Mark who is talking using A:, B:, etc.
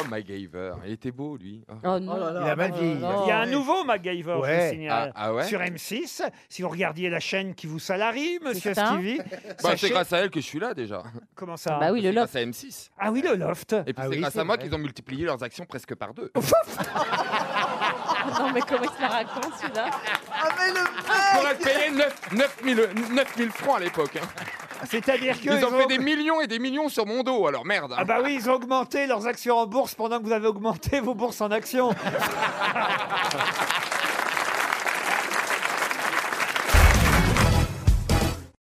A: Oh, MacGyver. Il était beau, lui. Ah.
B: Oh non.
C: Il a mal vieilli.
B: non.
D: Il y a un nouveau MacGyver, je
C: Ouais.
D: vous signale.
A: Ah, ah ouais
D: euh, Sur M6, si vous regardiez la chaîne qui vous salarie, monsieur
B: ça.
D: Stevie,
A: Bah,
D: sachez-
A: C'est grâce à elle que je suis là, déjà.
D: Comment ça
B: Bah oui, le
A: C'est
B: loft.
A: Grâce à M6.
D: Ah oui, le loft.
A: Et puis
C: Ah
A: c'est
C: oui,
A: grâce
C: c'est
A: à moi
C: vrai.
A: qu'ils ont multiplié leurs actions presque par deux.
B: Non, mais comment il se la raconte, celui-là
A: Pour être payé 9, 000 francs à l'époque. hein.
D: C'est-à-dire que.
A: Ils ont fait des millions et des millions sur mon dos, alors merde. hein.
D: Ah bah oui, ils ont augmenté leurs actions en bourse pendant que vous avez augmenté vos bourses en actions.